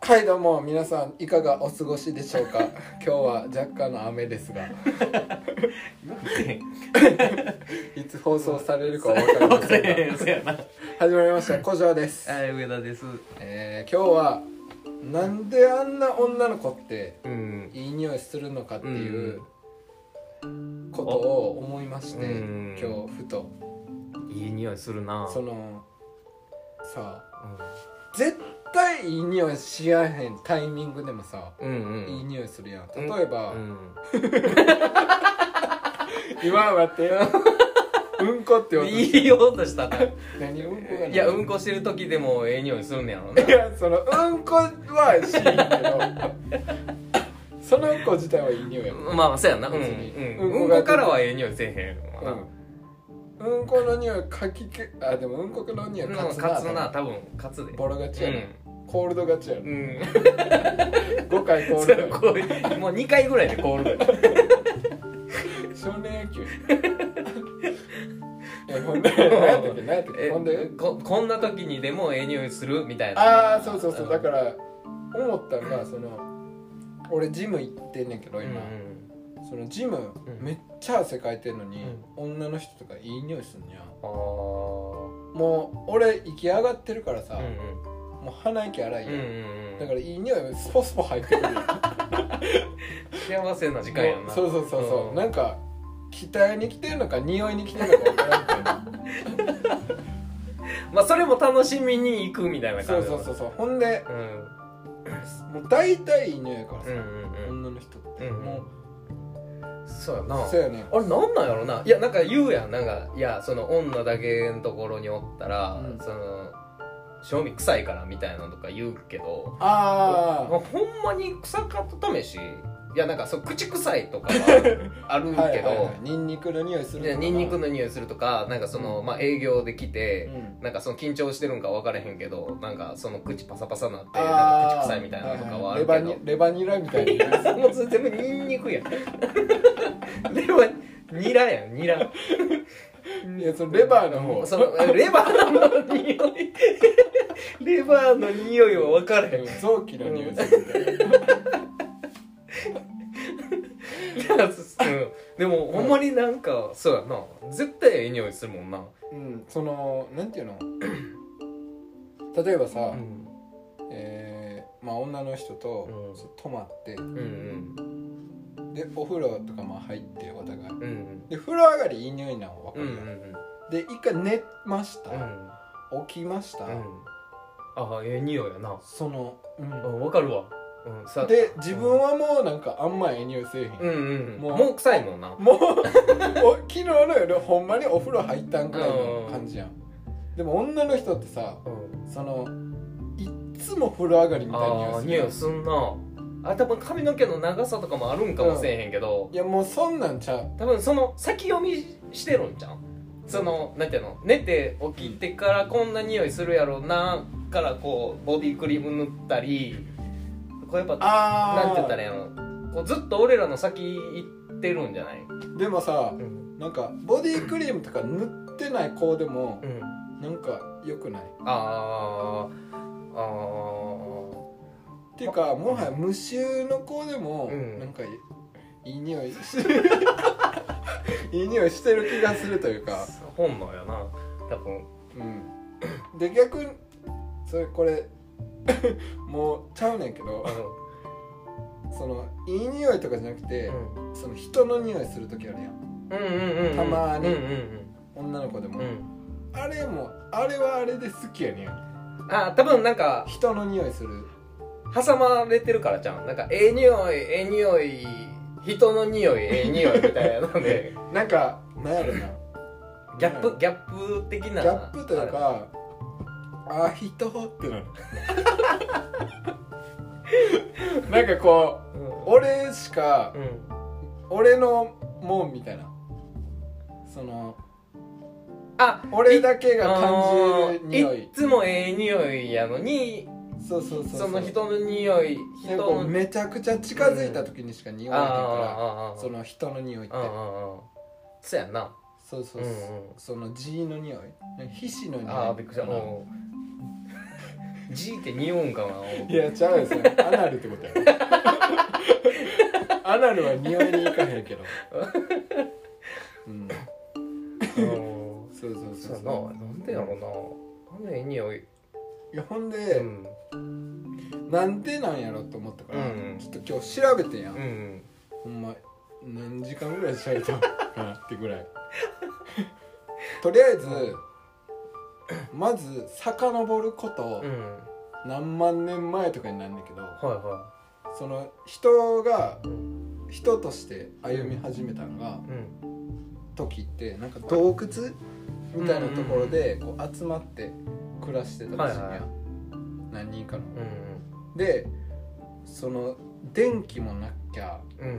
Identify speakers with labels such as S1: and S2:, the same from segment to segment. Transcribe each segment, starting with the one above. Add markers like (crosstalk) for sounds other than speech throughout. S1: はいどうも皆さんいかがお過ごしでしょう
S2: (laughs)
S1: か今日は若干の雨ですが
S2: 今食ってへん
S1: いつ放送されるかは分かりません
S2: 分かれへ
S1: が
S2: んそうやな
S1: 始まりました小城です、
S2: はい上田です
S1: えー今日はなんであんな女の子って
S2: うん
S1: いい匂いするのかっていうことを思いまして、
S2: うん
S1: 今日ふと
S2: いい匂いするな
S1: そのさ絶対いい匂いしやへんタイミングでもさ
S2: うんうんうん
S1: いい匂いするやん
S2: うん
S1: 例えば、
S2: うん
S1: 今は待
S2: (laughs)
S1: ってうんこって音
S2: いいようとしたな
S1: 何うんこが
S2: いやうんこしてる時でもええ匂いするんやろない
S1: やそのうんこはしいけどそのうんこ自体はいい匂いやもん、
S2: まあそうやなうん
S1: 別に
S2: うん
S1: う
S2: うん
S1: こ
S2: ん
S1: が
S2: こからはええ匂いせえへんわな
S1: うん、うんこの匂いかきけあでもうんこの匂いか
S2: 勝
S1: つ
S2: つ
S1: な
S2: な勝つな多分勝つで
S1: ボロ勝ち
S2: う
S1: やな、コールド勝ちやな、
S2: ん
S1: 5回コ
S2: う
S1: ー
S2: ん (laughs) それ
S1: ルド
S2: こういうもう2回ぐらいで凍るから
S1: 少年野球えほんで何やったっけ
S2: (laughs)
S1: 何やったっけ
S2: え
S1: ほんで
S2: ここんな時にでもええ匂いするみたいな
S1: ああそうそうそうだから思ったのがその俺ジム行ってんねんけど
S2: うん
S1: 今、そのジム、
S2: うん
S1: めっちゃ汗かいてんのに、女の人とかいい匂いすんねや
S2: あー
S1: もう俺息上がってるからさ、
S2: う
S1: もう鼻息荒い
S2: んう
S1: やん、
S2: んうんうん
S1: だからいい匂いスポスポ入ってくるやん
S2: 幸せな時間やな
S1: そうそうそうそう、
S2: うん
S1: なんか期待に来てんのか匂いに来てんのか分からんけど
S2: まあそれも楽しみに行くみたいな
S1: そ
S2: 感
S1: う
S2: じ
S1: そうそうそうほんで
S2: うん
S1: もう大体いい匂いやからさ、
S2: うんうん
S1: 女の人って、
S2: うん
S1: も
S2: うんそうや
S1: う
S2: な
S1: そうやねん
S2: あれなんなんやろないやなんか言うやんなんかいやその女だけのところにおったら、
S1: うん
S2: その賞味臭いからみたいなのとか言うけど
S1: あ
S2: ほんまに臭かった試しいやなんかそう口臭いとかはある
S1: あ
S2: けど、
S1: はいはいはいニンニクの匂いする
S2: いやニンニク
S1: の
S2: の匂いするとかなんかその、まあ、営業で来て、
S1: うん
S2: なんかその緊張してるんか分からへんけどなんかその口パサパサなってなん
S1: あ
S2: か
S1: ー
S2: 口臭いみたいなのとかはあ
S1: い
S2: る
S1: は
S2: け
S1: い
S2: ど、
S1: レバニレバニラみたいな匂いする
S2: もう全部ニンニクやん (laughs) レバニラやんニラ
S1: いやそのレバーの方
S2: そのレバーの匂いレバーの匂いは分からへんい (laughs)
S1: 臓器の匂いするみたいな
S2: やすうんでもほんまになんかそうやな絶対ええ匂いするもんな、
S1: うんそのなんていうの例えばさ、
S2: うん、
S1: えーまあ女の人と
S2: うん
S1: そう泊まって
S2: うんうん
S1: でお風呂とかまあ入ってお互い
S2: うんうん
S1: で風呂上がりいい匂いなの分か
S2: うんう
S1: る
S2: ん
S1: やん、
S2: うん
S1: で一回寝ました、
S2: うん
S1: 起きました、
S2: ああええ匂いやな
S1: その、うん
S2: あわかるわ、うん、さ
S1: で自分はもうなんかあんまええ匂いせえへん、
S2: うんうんうん
S1: も
S2: も
S1: う
S2: う臭いもんな
S1: もう (laughs) お昨日の夜ほんまにお風呂入ったんくらいの感じやんでも女の人ってさ
S2: うん
S1: そのいっつも風呂上がりみたいな匂
S2: あ
S1: いす
S2: ー
S1: るや
S2: 匂
S1: ん
S2: いすんなあ多分髪の毛の長さとかもあるんかもせえへんけど、
S1: いやもうそんなんちゃう
S2: 多分その先読みしてるんじゃんそのなんていうの寝て起きてからこんな匂いするやろうなからこうボディクリーム塗ったりこうやっぱ
S1: あ
S2: なんて言ったら
S1: ね
S2: いいのこうずっと俺らの先行ってるんじゃない
S1: でもさ
S2: うん、
S1: なんかボディクリームとか塗ってない子でも
S2: うん
S1: なんか良くない
S2: あーあ
S1: っていうかもはや無臭の子でも
S2: うん
S1: なんかいい匂い (laughs) しいい匂いしてる気がするというか
S2: ー、本能やな多分
S1: うん、で逆にそれこれ (laughs) もうちゃうねんけど
S2: あ
S1: そのいい匂いとかじゃなくて、
S2: の
S1: その人の匂いする時あるやん
S2: うんうんうんうん
S1: たまに
S2: うん
S1: 女の子でも、
S2: うんうんうん
S1: あれもあれはあれで好きやねん
S2: あー多分なんか
S1: 人の匂いする
S2: 挟まれてるからじゃんなんかええ匂いええ匂い人の匂いええ匂いみたいなの
S1: (laughs)
S2: で
S1: なんかなんやろな
S2: ギャッ
S1: う
S2: プ
S1: ん
S2: ギャップ的な
S1: ギャップというかあー人って
S2: (laughs)
S1: なるなんかこ
S2: あ
S1: う
S2: れうん
S1: 俺しか
S2: うん
S1: 俺のもんみたいなその
S2: あ
S1: 俺だけが感じる匂
S2: あの
S1: い
S2: いつもええ匂いやのに
S1: そうそうそうう
S2: その人の匂い
S1: で
S2: 人
S1: こ
S2: の
S1: うめちゃくちゃ近づいた時にしか匂
S2: あ
S1: わ
S2: ー
S1: へんか
S2: あーあ
S1: ら
S2: ー
S1: その人の匂いって
S2: ああああそうやんな
S1: そうそうそう
S2: うんうん
S1: その G の匂い皮脂の
S2: ああ
S1: 匂
S2: び
S1: い
S2: っくりした
S1: かな
S2: も G って匂うんかない
S1: やちゃうですよアナルってことや (laughs) ろアナルは匂いに行かへんけどうんそうそうそ
S2: そ
S1: うう
S2: やななんでやろうななんでいい匂い
S1: いやほん
S2: う
S1: で、
S2: ん
S1: なんでなんやろと思ったから、
S2: うん
S1: ちょっと今日調べてんやん、
S2: うん
S1: ほんま何時間ぐらい喋ったのかなってぐらいとりあえずまず遡ること
S2: うん
S1: 何万年前とかになるんだけど
S2: はいは
S1: その人が
S2: いうん
S1: 人として歩み始めたのが
S2: うん
S1: 時ってなんか洞窟みたいなところでこう集まって暮らしてたらしいんや、
S2: はいは
S1: 何人かの。
S2: うん
S1: でその電気もなきゃ
S2: うん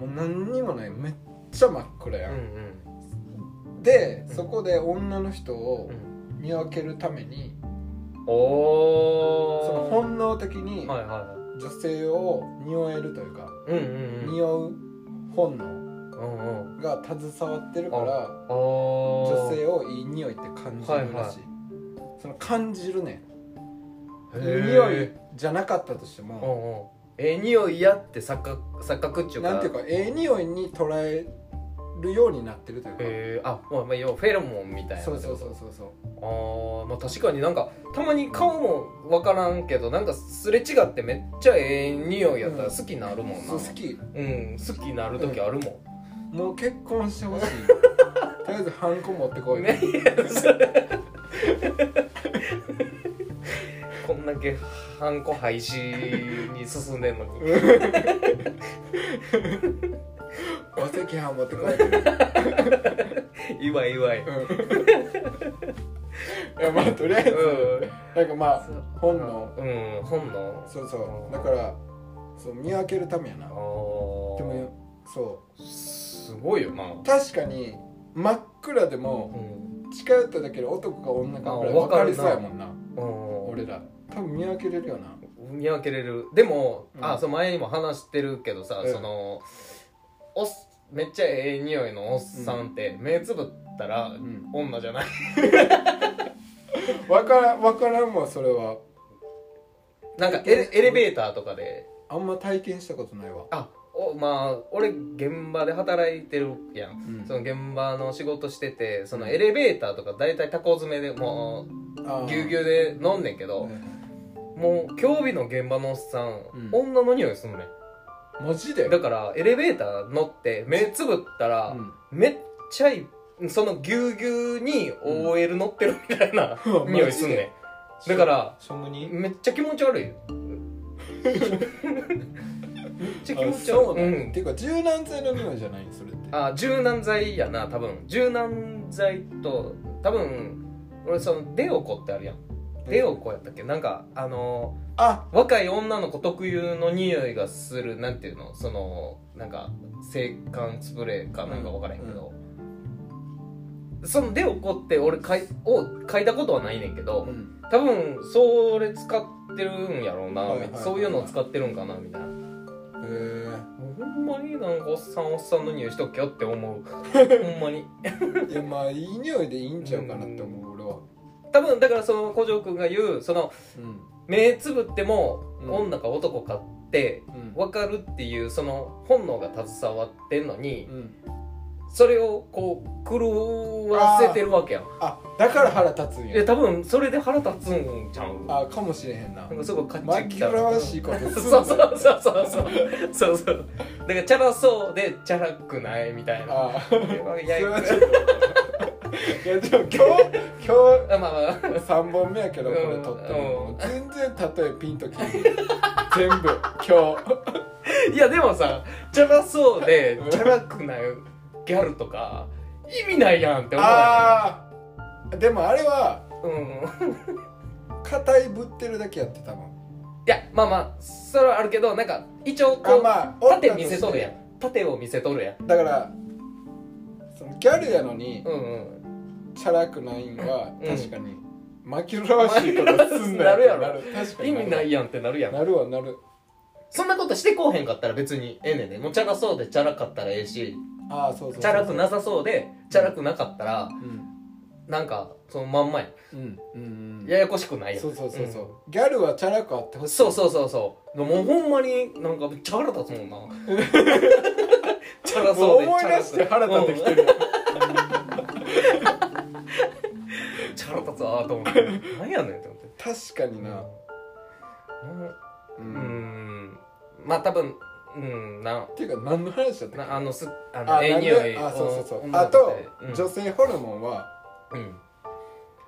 S1: もう何にもないめっちゃ真っ暗や、
S2: うんん
S1: で
S2: うん
S1: そこで女の人を
S2: うん
S1: 見分けるために、
S2: おー
S1: その本能的に
S2: はいは
S1: 女性を匂えるというか、
S2: いうんうんうん
S1: 匂う本能
S2: うんうん
S1: が携わってるから
S2: あ
S1: 女
S2: 女
S1: 性をいい匂いって感じるらしい、その感じるね匂いじゃなかったとして
S2: う
S1: も、
S2: んうんええ匂いやって錯覚錯覚っちゅうか
S1: なんていうかええ匂いに捉えるようになってるというか、
S2: えー、あまあまあ要はフェロモンみたいな
S1: そうそうそううそうそう
S2: あーまあ確かになんかたまに顔も分からんけどなんかすれ違ってめっちゃええ匂いやったら好きになるもんな、
S1: そう好き
S2: うん好きになる時あるもん、
S1: もう結婚してほしい (laughs) とりあえずハンコ持ってこい、
S2: ねいやそれこんだけハンコ廃止に進んでんのに
S1: お赤飯持ってこいって (laughs)
S2: 祝い祝い
S1: うんいやまあとりあえず、なんかまあ本能
S2: うんうん本能
S1: そうそうだからそう見分けるためやな
S2: あ
S1: で
S2: ー
S1: もそ
S2: すごいよな、
S1: う確かに真っ暗で
S2: う
S1: も
S2: ん
S1: 近寄っただけで男か女かぐらい
S2: あわ
S1: 分
S2: か
S1: か
S2: る
S1: り
S2: な
S1: そうやもんな
S2: うん、
S1: 俺ら多分見分けれるよな
S2: 見分けれるでも、
S1: うん
S2: あそう前にも話してるけどさ、
S1: うん
S2: そのおっめっちゃええ匂いのおっさんって、目つぶったら、
S1: ん
S2: 女じゃない
S1: 分からん分からんわそれは
S2: なんかエレエレベーターとかで
S1: あんま体験したことないわ
S2: あおまあ俺現場で働いてるやん、
S1: うん
S2: その現場の仕事しててそのエレベーターとか大体タコ詰めでもうぎゅうぎゅ
S1: う
S2: うで飲んねんけど、もう競技の現場のおっさん、
S1: うん
S2: 女の匂いすんね
S1: マジで
S2: んだからエレベーター乗って目つぶったら、
S1: うん
S2: めっちゃいそのぎゅうぎゅうに OL 乗ってるみたいな
S1: うん (laughs)
S2: 匂いすんねんだから
S1: そんなに
S2: めっちゃ気持ち悪
S1: (laughs)
S2: いよめっちゃ気持ち
S1: あそう
S2: 悪
S1: ないんだ
S2: うん
S1: ていうか柔軟剤の匂いじゃないそれって
S2: あ柔軟剤やな多分柔軟剤と多分俺そのデオコってあるやんデオコやったっけなんかあの
S1: あ
S2: 若い女の子特有の匂いがするなんていうのそのなんか制汗スプレーかなんか分からへんけど、そのデオコって俺かいを嗅いだことはないねんけど、
S1: うん
S2: 多分それ使ってるんやろうな、
S1: はいはいはい
S2: そういうのを使ってるんかなみたいな
S1: へえ
S2: もうほんまになんかおっさんおっさんの匂いしとけよって思
S1: (laughs)
S2: うほんまに
S1: いやまあいい匂いでいいんちゃうかなって思う俺は
S2: 多分だからその古城君が言うその
S1: うん
S2: 目つぶっても
S1: うん
S2: 女か男かって、
S1: うん
S2: 分かるっていうその本能が携わってんのに
S1: うん
S2: それをこう狂わせてるわけやん
S1: あだから腹立つん
S2: え
S1: や
S2: 多分それで腹立つんちゃうな
S1: あかもしれへんなん
S2: かすごいカッチ
S1: 紛らわしいことすん
S2: そう
S1: な
S2: そうそうそうそうそうそうだからチャラそうでチャラくないみたいな
S1: あそ
S2: いやいや
S1: れ
S2: いや
S1: はちょっと (laughs) いやでも今日今日
S2: あまあまあ
S1: 3本目やけどこれ撮ってるの
S2: うん
S1: もう全然例えピンときて全部今日
S2: (laughs) いやでもさチャラそうでチャラくないギャルとか意味ないやんって思うよ
S1: ああでもあれは
S2: ねうん
S1: 硬いぶってるだけやってたもん
S2: いやまあまあそれはあるけどなんか一応こ
S1: あ
S2: う、
S1: まあ
S2: 縦見せとるやん縦を見せとるやん
S1: だからそのギャルやのに
S2: うんうん
S1: チャラくないんは
S2: うん
S1: 確かに紛らわしいことすんなよ
S2: (laughs) なるやろ
S1: 確かに
S2: 意味ないやんってなるやん
S1: なるわなる
S2: そんなことしてこうへんかったら別にええねんでもうチャラそうでチャラかったらええし
S1: ああそうそうそう
S2: チャラくなさそうでチャラくなかったら
S1: うん
S2: なんかそのまんまや
S1: うんうんうん
S2: ややこしくないやん
S1: そうそうそうそう、ギャルはチャラくあってほしい
S2: そうそうそうそうもうほんまになんかめっちゃ腹立つもんな
S1: (laughs)
S2: チャラ
S1: も
S2: そううで
S1: 思い
S2: チ
S1: 出
S2: ャラ
S1: し
S2: そう
S1: て腹立ってきてる
S2: うんチャラ立つわーと思って何やねんって思って
S1: 確かになう、
S2: うんんまあ多分うんな
S1: ていうか何の話だったっけ
S2: なあのすあ
S1: あ
S2: のええ匂い
S1: なんであそうそうそう
S2: 女の
S1: あ
S2: 子
S1: と
S2: で、うん
S1: 女性ホルモンは
S2: うん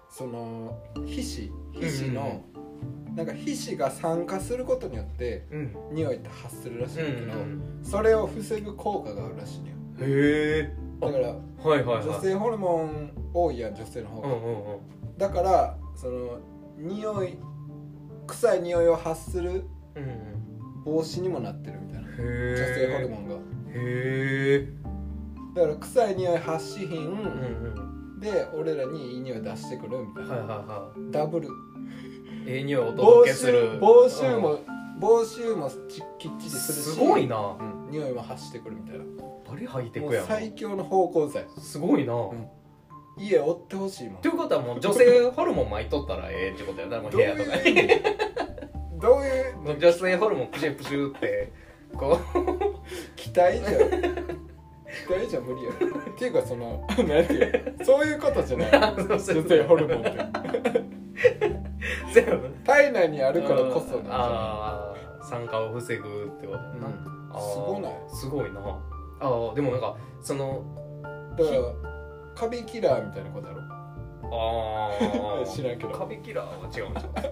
S1: その皮脂
S2: うん
S1: 皮脂の、なんか皮脂が酸化することによって
S2: うん
S1: 匂いって発するらしいん
S2: う
S1: だけど、
S2: ん
S1: それを防ぐ効果があるらしいのよ
S2: へえ
S1: だから
S2: はいはいはい
S1: 女性ホルモン多いやん女性の方
S2: う
S1: が、
S2: んうんうん
S1: だからその匂い臭い匂いを発する
S2: うんうん
S1: 防止にもなってるみたいな
S2: へえ
S1: 女性ホルモンが
S2: へえ
S1: だから臭い匂い発しひん
S2: うんうん
S1: で俺らにいい匂い出してくるみたいな、
S2: はいはいは
S1: ダブル
S2: いええ匂いお
S1: 防
S2: 届けす
S1: 臭
S2: る
S1: 防臭も、防臭もちきっちりするし
S2: すごい、な
S1: うん、匂いも発してくるみたいな
S2: バリハイテ
S1: も
S2: クや
S1: うん最強の芳香剤
S2: すごいな、
S1: ん家追ってほしいもん
S2: ということはもう女性ホルモン巻いとったらええってことやなもう
S1: ど
S2: 部
S1: う
S2: 屋とかに
S1: いうどういう
S2: もう女性ホルモンプシュプシュってこ
S1: 期待じゃん期待じゃ無理やろっていうかその (laughs) なんていうのそういうことじゃ
S2: (laughs)
S1: ない
S2: う
S1: 女性ホルモンって
S2: う全部
S1: 体内にあるからこそなんじゃ
S2: ああ酸化を防ぐってこと
S1: ない
S2: な、
S1: うん
S2: あー
S1: すごない
S2: すごいなあーでもなんかその
S1: だからカビキラーみたいなことやろ
S2: あ (laughs)
S1: 知
S2: あ
S1: らんけ
S2: カ
S1: ど
S2: ビキラーは違うんじゃない、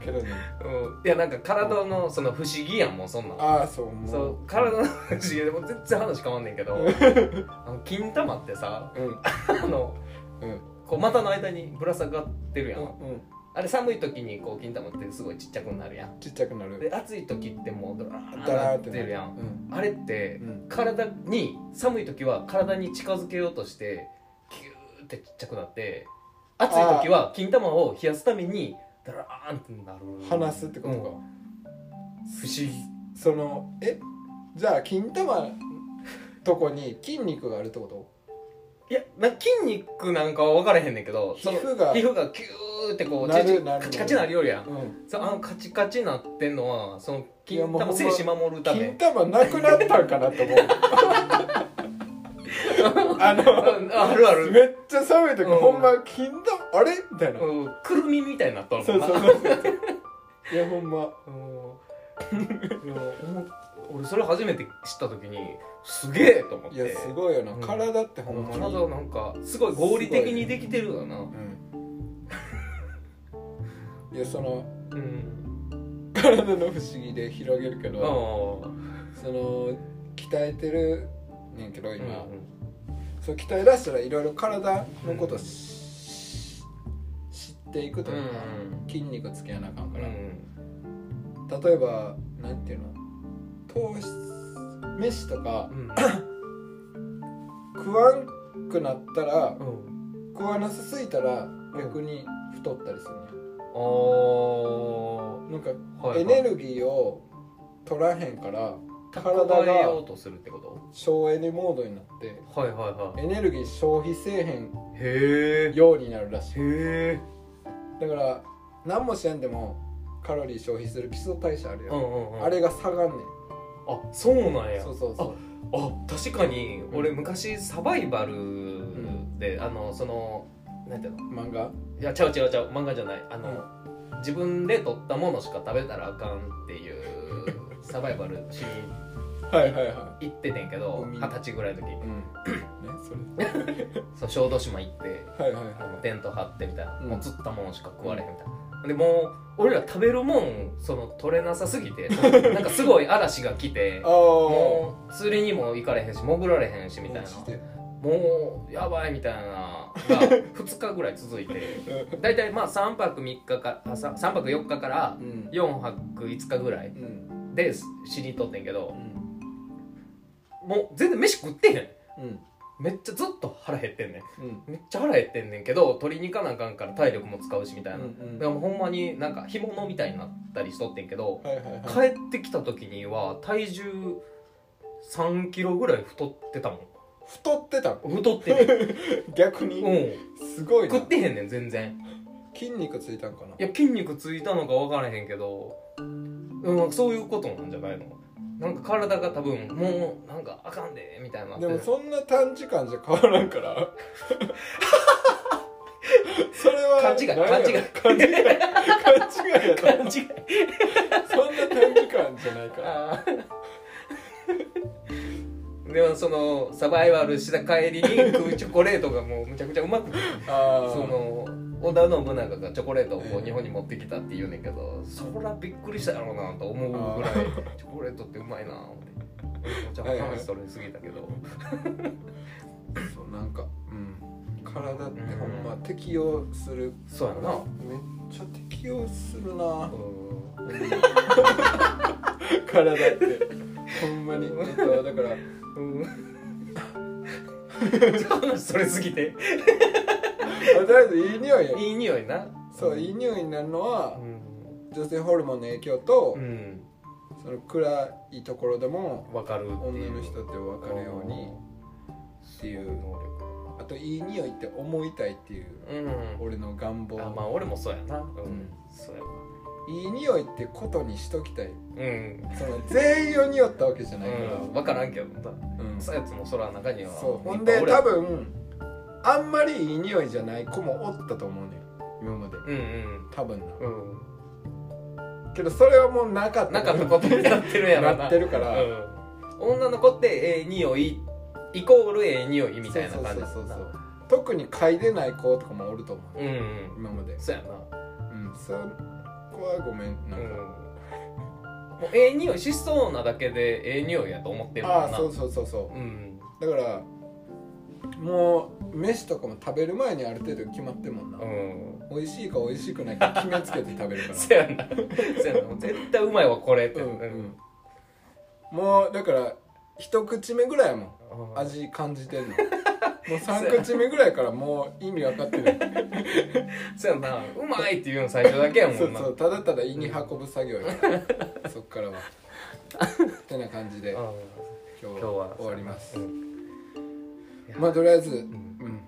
S1: けどね
S2: うん、いやなんか体のその不思議やんもうそんなん
S1: ああそう思う
S2: そう体の不思議でもう全然話変わんねん (laughs) けどあの金玉ってさ
S1: うんうん
S2: あの
S1: うん
S2: こう股の間にぶら下がってるやん、
S1: うん
S2: あれ寒い時にこう金玉ってすごいちっちゃくなるやん
S1: ちっちゃくなる
S2: で暑い時ってもうドラーン
S1: だらー
S2: っ
S1: って
S2: て
S1: な
S2: るやん
S1: うん
S2: あれって
S1: うん
S2: 体に寒い時は体に近づけようとしてキューってちっちゃくなって暑い時は金玉を冷やすためにドラーンってなる
S1: 話すってことか
S2: うん不思議
S1: そのえじゃあ金玉とこに筋肉があるってこと
S2: いやな筋肉なんかは分からへんねんけど
S1: 皮
S2: その
S1: 膚が
S2: 皮膚がキューってこう
S1: なる
S2: ちち
S1: なる
S2: カチカチなるよりやん
S1: うん
S2: そうあのカチカチなってんのはその
S1: いや
S2: 金
S1: もうほん
S2: 玉
S1: ま
S2: 精子守るため
S1: 金玉なくなったんかなと
S2: (laughs)
S1: 思うあの
S2: うんあるある、
S1: めっちゃ寒い時、
S2: うん
S1: ほんま金玉あれみたいな、
S2: うん、くるみみたいになったの
S1: そうそうそうそういやほんま
S2: うんいやおも俺それ初めて知った時にすげえと思っ
S1: い
S2: て
S1: やすごいよな、
S2: うん
S1: 体ってほんまに、
S2: 体なんかすごい合理的にできてるよな
S1: うん、いやその
S2: うん
S1: 体の不思議で広げるけ
S2: あ
S1: ど、
S2: ー
S1: その鍛えてるねんけど
S2: うん
S1: 今、そう鍛えだしたらいろいろ体のことをし知っていくと
S2: うんう
S1: い
S2: ん
S1: うか、筋肉つけやなあかんか
S2: う
S1: ら、
S2: ん
S1: 例えばなんていうの糖質飯とか
S2: うん
S1: 食わんくなったら
S2: うん
S1: 食わなさすぎたら逆に太ったりするね、
S2: あー
S1: なんか
S2: はい
S1: エネルギーを取らへんから体が
S2: 蓄えようとするってこ
S1: 省エネモードになって
S2: とはいはいはい
S1: エネルギー消費せえへ
S2: へ
S1: ん
S2: え
S1: ようになるらしい
S2: へ
S1: だ
S2: え
S1: から何もしてんでもカロリー消費する基礎代謝ある
S2: う
S1: よ、
S2: んうんうん
S1: あれが下がんねん
S2: あそうなんや
S1: そうそうそう
S2: あ確かに
S1: ん
S2: 俺昔サバイバルで、あのそのなんていうの
S1: 漫画
S2: いやちゃうちゃうちゃう漫画じゃないあの、
S1: うん
S2: 自分で取ったものしか食べたらあかんっていう
S1: (laughs)
S2: サバイバルしに
S1: はいはいは
S2: 行っててんけど
S1: 海
S2: 二十歳ぐらいの時
S1: いうん (coughs) ねそれ
S2: その小豆島行って
S1: はいはい
S2: あ
S1: は
S2: のテント張ってみたいな、
S1: うん
S2: もう釣ったものしか食われへんみたいなでもう俺ら食べるもんその取れなさすぎ
S1: (laughs)
S2: てそのなんかすごい嵐が来て
S1: いああ
S2: もう釣りにも行かれへんし潜られへんしみたいなもうやばいみたいなのが2日ぐらい続い (laughs) て大体まあ3泊3日かあさ3泊4日から
S1: うん
S2: 4泊5日ぐらい
S1: うん
S2: で死にとってんけど
S1: うん
S2: もう全然飯食ってへん
S1: うん
S2: めっちゃずっと腹減ってんね
S1: うん
S2: んめっちゃ腹減ってんねんけど取りに行かなあかんから体力も使うしみたいな、
S1: うん
S2: でもほんまになんか干物みたいになったりしとってんけど
S1: はいはいはい
S2: 帰ってきた時には体重3キロぐらい太ってたもん
S1: 太ってたの
S2: 太ってる
S1: 逆に、
S2: うん
S1: すごいな
S2: 食ってへんねん全然
S1: 筋肉ついたんかない
S2: や筋肉ついたのか分からへんけど、うん、そういうことなんじゃないのなんか体が多分もうなんかあかんでみたいになって
S1: でも
S2: る
S1: そんな短時間じゃ変わらんから (laughs) それは
S2: 勘違い
S1: 何やろ勘違い勘違いやと
S2: 感じが
S1: そんな短時間じゃないから
S2: (laughs) あーでもそのサバイバルした帰りに食うチョコレートがもうむちゃくちゃうまくて
S1: (laughs) あー
S2: その織田信長がチョコレートをこ
S1: え
S2: う
S1: え
S2: 日本に持ってきたって言うねんけど、そらびっくりしたやろうなと思うぐらいチョコレートってうまいな思って。じゃ
S1: はいはい
S2: 話それすぎたけど、
S1: そうなんか、うん、体ってほんま適応する
S2: そうやなう
S1: めっちゃ適応するな
S2: ー
S1: 体ってほんまにちょっとだから
S2: んうんじゃあ
S1: (laughs)
S2: 話それすぎて
S1: あとりあえずいい匂いや
S2: いい匂いな
S1: そういい匂いになるのは
S2: う
S1: 女性ホルモンの影響と、
S2: ん、うん、
S1: その暗いところでも
S2: 分かるってい
S1: 女
S2: う
S1: の人って分かるようにってい
S2: 能
S1: う
S2: 力
S1: あといい匂いって思いたいっていう
S2: うん
S1: 俺の願
S2: あま
S1: 望
S2: あ俺もそうやなうん、
S1: ん
S2: そうや
S1: いい匂いってことにしときたい
S2: うん、
S1: その全員を匂ったわけじゃないから、
S2: うん、分からんけどな
S1: うん
S2: 臭いやつもそら中には
S1: そうほん
S2: い
S1: で
S2: っぱい
S1: 多
S2: おる
S1: 分あんまりいい匂いじゃない子もおったと思うねん今まで
S2: や
S1: 多分な
S2: ろうんうん
S1: けどそれはもうなかっ
S2: うん
S1: た
S2: なかったことになってるやろな
S1: なってるから
S2: うん、女の子ってええ匂いイコールええ匂いみたいな感じ
S1: そうそうそう
S2: や
S1: そ
S2: んな
S1: う特に嗅いでない子とかもおると思う
S2: うんうん
S1: 今まで
S2: そうやな
S1: うんそこはごめんな
S2: うんん
S1: か、
S2: もうええ匂いしそうなだけでええ匂いやと思ってるから
S1: あ
S2: な
S1: あそうそうそうそ
S2: うん
S1: うだからもう飯とかも食べる前にある程度決まってんもんな、
S2: うん
S1: 美味しいか美味しくないか決めつけて食べる
S2: (laughs)
S1: から
S2: そうやなそうやなもう絶対うまいわこれって、
S1: うんうんもうだから一口目ぐらいやもん
S2: うん
S1: 味感じ
S2: (laughs)
S1: てんのもう三口目ぐらいからもう意味分かってる
S2: そうやなうまいって言うの最初だけやもんな
S1: (laughs) そうそうただただ胃に運ぶ作業やからそっからはってな感じで
S2: う
S1: 今
S2: ん
S1: 日は
S2: 今日は
S1: 終わります
S2: うん
S1: まあとりあえず、
S2: ん
S1: うん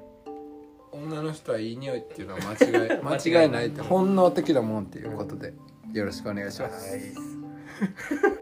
S1: 女の人はいい匂いっていうのは間違い間違いないって本能的なもんっていうことでよろしくお願いします、
S2: はい